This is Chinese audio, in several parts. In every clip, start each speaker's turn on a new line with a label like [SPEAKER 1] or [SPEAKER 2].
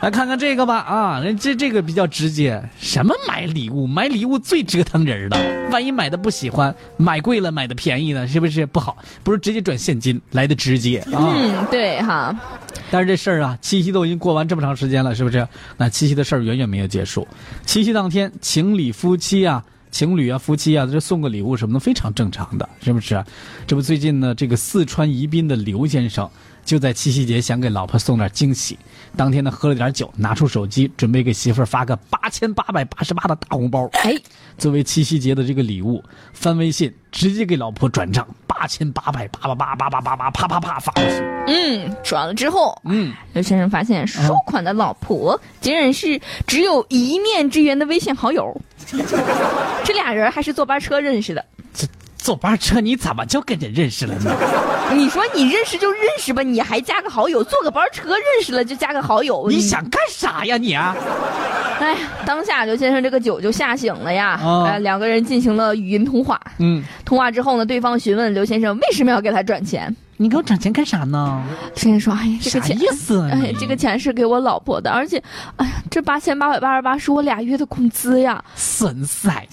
[SPEAKER 1] 来看看这个吧啊，这这个比较直接，什么买礼物？买礼物最折腾人了，万一买的不喜欢，买贵了，买的便宜呢，是不是不好？不如直接转现金来的直接啊。
[SPEAKER 2] 嗯，对哈，
[SPEAKER 1] 但是这事儿啊，七夕都已经过完这么长时间了，是不是？那七夕的事儿远远没有结束。七夕当天，情侣夫妻啊。情侣啊，夫妻啊，这送个礼物什么的非常正常的，是不是？这不最近呢，这个四川宜宾的刘先生就在七夕节想给老婆送点惊喜，当天呢喝了点酒，拿出手机准备给媳妇儿发个八千八百八十八的大红包，
[SPEAKER 2] 哎，
[SPEAKER 1] 作为七夕节的这个礼物，翻微信直接给老婆转账八千八百八八八八八八八啪啪啪发过去，
[SPEAKER 2] 嗯，转了之后，
[SPEAKER 1] 嗯，
[SPEAKER 2] 刘先生发现收款的老婆竟然是只有一面之缘的微信好友， 这俩人还是坐班车认识的。
[SPEAKER 1] 这坐班车你怎么就跟人认识了呢？
[SPEAKER 2] 你说你认识就认识吧，你还加个好友，坐个班车认识了就加个好友，
[SPEAKER 1] 你想干啥呀你啊？
[SPEAKER 2] 哎，当下刘先生这个酒就吓醒了呀，
[SPEAKER 1] 哦
[SPEAKER 2] 呃，两个人进行了语音通话。
[SPEAKER 1] 嗯，
[SPEAKER 2] 通话之后呢，对方询问刘先生为什么要给他转钱，
[SPEAKER 1] 你给我转钱干啥呢？
[SPEAKER 2] 刘先生说：“哎呀，这个
[SPEAKER 1] 啥
[SPEAKER 2] 钱
[SPEAKER 1] 意思 啊你
[SPEAKER 2] 哎，这个钱是给我老婆的，而且，哎呀，这八千八百八十八是我俩月的工资呀，
[SPEAKER 1] 损塞，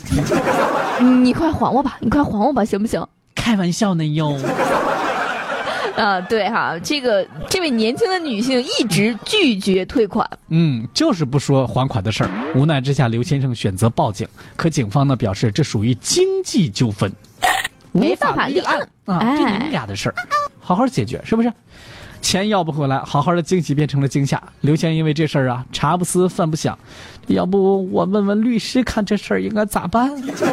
[SPEAKER 2] 你你快还我吧，你快还我吧，行不行？”
[SPEAKER 1] 开玩笑呢哟。
[SPEAKER 2] 呃，对哈，这个这位年轻的女性一直拒绝退款，
[SPEAKER 1] 嗯，就是不说还款的事儿。无奈之下，刘先生选择报警，可警方呢表示这属于经济纠纷，
[SPEAKER 2] 没办法
[SPEAKER 1] 无立
[SPEAKER 2] 立案
[SPEAKER 1] 案啊，
[SPEAKER 2] 哎
[SPEAKER 1] 这你们俩的事儿，好好解决，是不是？钱要不回来，好好的惊喜变成了惊吓。刘谦因为这事儿啊，茶不思饭不想，要不我问问律师，看这事儿应该咋办？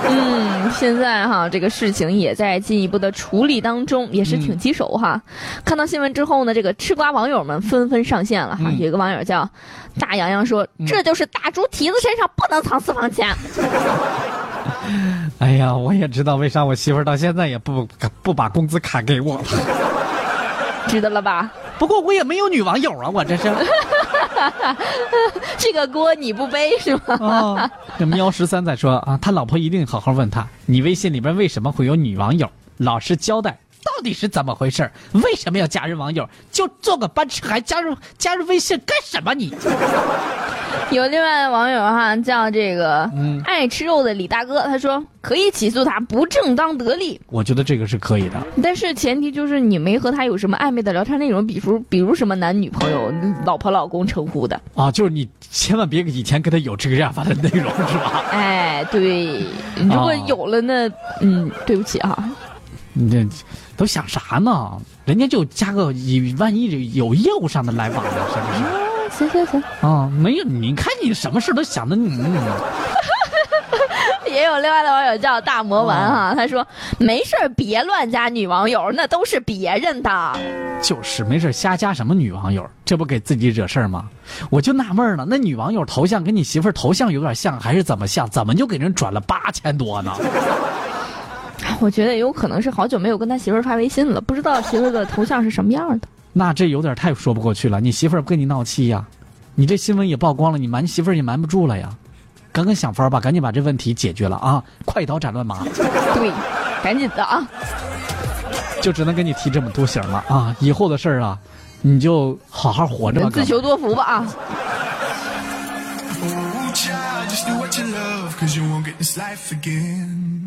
[SPEAKER 2] 嗯，现在哈这个事情也在进一步的处理当中，也是
[SPEAKER 1] 嗯
[SPEAKER 2] 挺棘手哈。看到新闻之后呢，这个吃瓜网友们纷纷上线了哈。
[SPEAKER 1] 嗯
[SPEAKER 2] 有一个网友叫大洋洋说：“这就是大猪蹄子身上不能藏私房钱。
[SPEAKER 1] 哎呀，我也知道为啥我媳妇儿到现在也不不把工资卡给我了。”
[SPEAKER 2] 知道了吧？
[SPEAKER 1] 不过我也没有女网友啊，我这 是。
[SPEAKER 2] 这个锅你不背是吗？
[SPEAKER 1] 啊，这喵十三在说啊，他老婆一定好好问他，你微信里边为什么会有女网友？老实交代，到底是怎么回事儿？为什么要加入网友？就坐个班车还加入加入微信干什么你？
[SPEAKER 2] 有另外的网友哈叫这个、
[SPEAKER 1] 嗯
[SPEAKER 2] 爱吃肉的李大哥，他说可以起诉他不正当得利，
[SPEAKER 1] 我觉得这个是可以的。
[SPEAKER 2] 但是前提就是你没和他有什么暧昧的聊天内容，比如比如什么男女朋友、嗯老婆老公称呼的。
[SPEAKER 1] 啊，就是你千万别以前跟他有这个样法的内容是吧？
[SPEAKER 2] 哎，对，如果
[SPEAKER 1] 哦
[SPEAKER 2] 有了那，嗯，对不起哈、
[SPEAKER 1] 你这都想啥呢？人家就加个以万一有业务上的来往呢，是不是？
[SPEAKER 2] 行行行，
[SPEAKER 1] 啊，没有，你看你什么事都想的你。
[SPEAKER 2] 也有另外的网友叫大魔丸哈、他说没事儿别乱加女网友，那都是别人的。
[SPEAKER 1] 就是没事瞎加什么女网友，这不给自己惹事儿吗？我就纳闷了，那女网友头像跟你媳妇儿头像有点像，还是怎么像？怎么就给人转了八千多呢？
[SPEAKER 2] 哎我觉得有可能是好久没有跟他媳妇儿发微信了，不知道媳妇儿的头像是什么样的。
[SPEAKER 1] 那这有点太说不过去了。你媳妇儿不跟你闹气呀？你这新闻也曝光了，你瞒媳妇儿也瞒不住了呀？赶紧想法儿吧，赶紧把这问题解决了啊！快刀斩乱麻，
[SPEAKER 2] 对，赶紧的啊！
[SPEAKER 1] 就只能跟你提这么多醒了啊！以后的事儿啊，你就好好活着吧。
[SPEAKER 2] 自
[SPEAKER 1] 哥们
[SPEAKER 2] 求多福吧啊！
[SPEAKER 3] Ooh, child, just do what you love, cause you won't get this life again.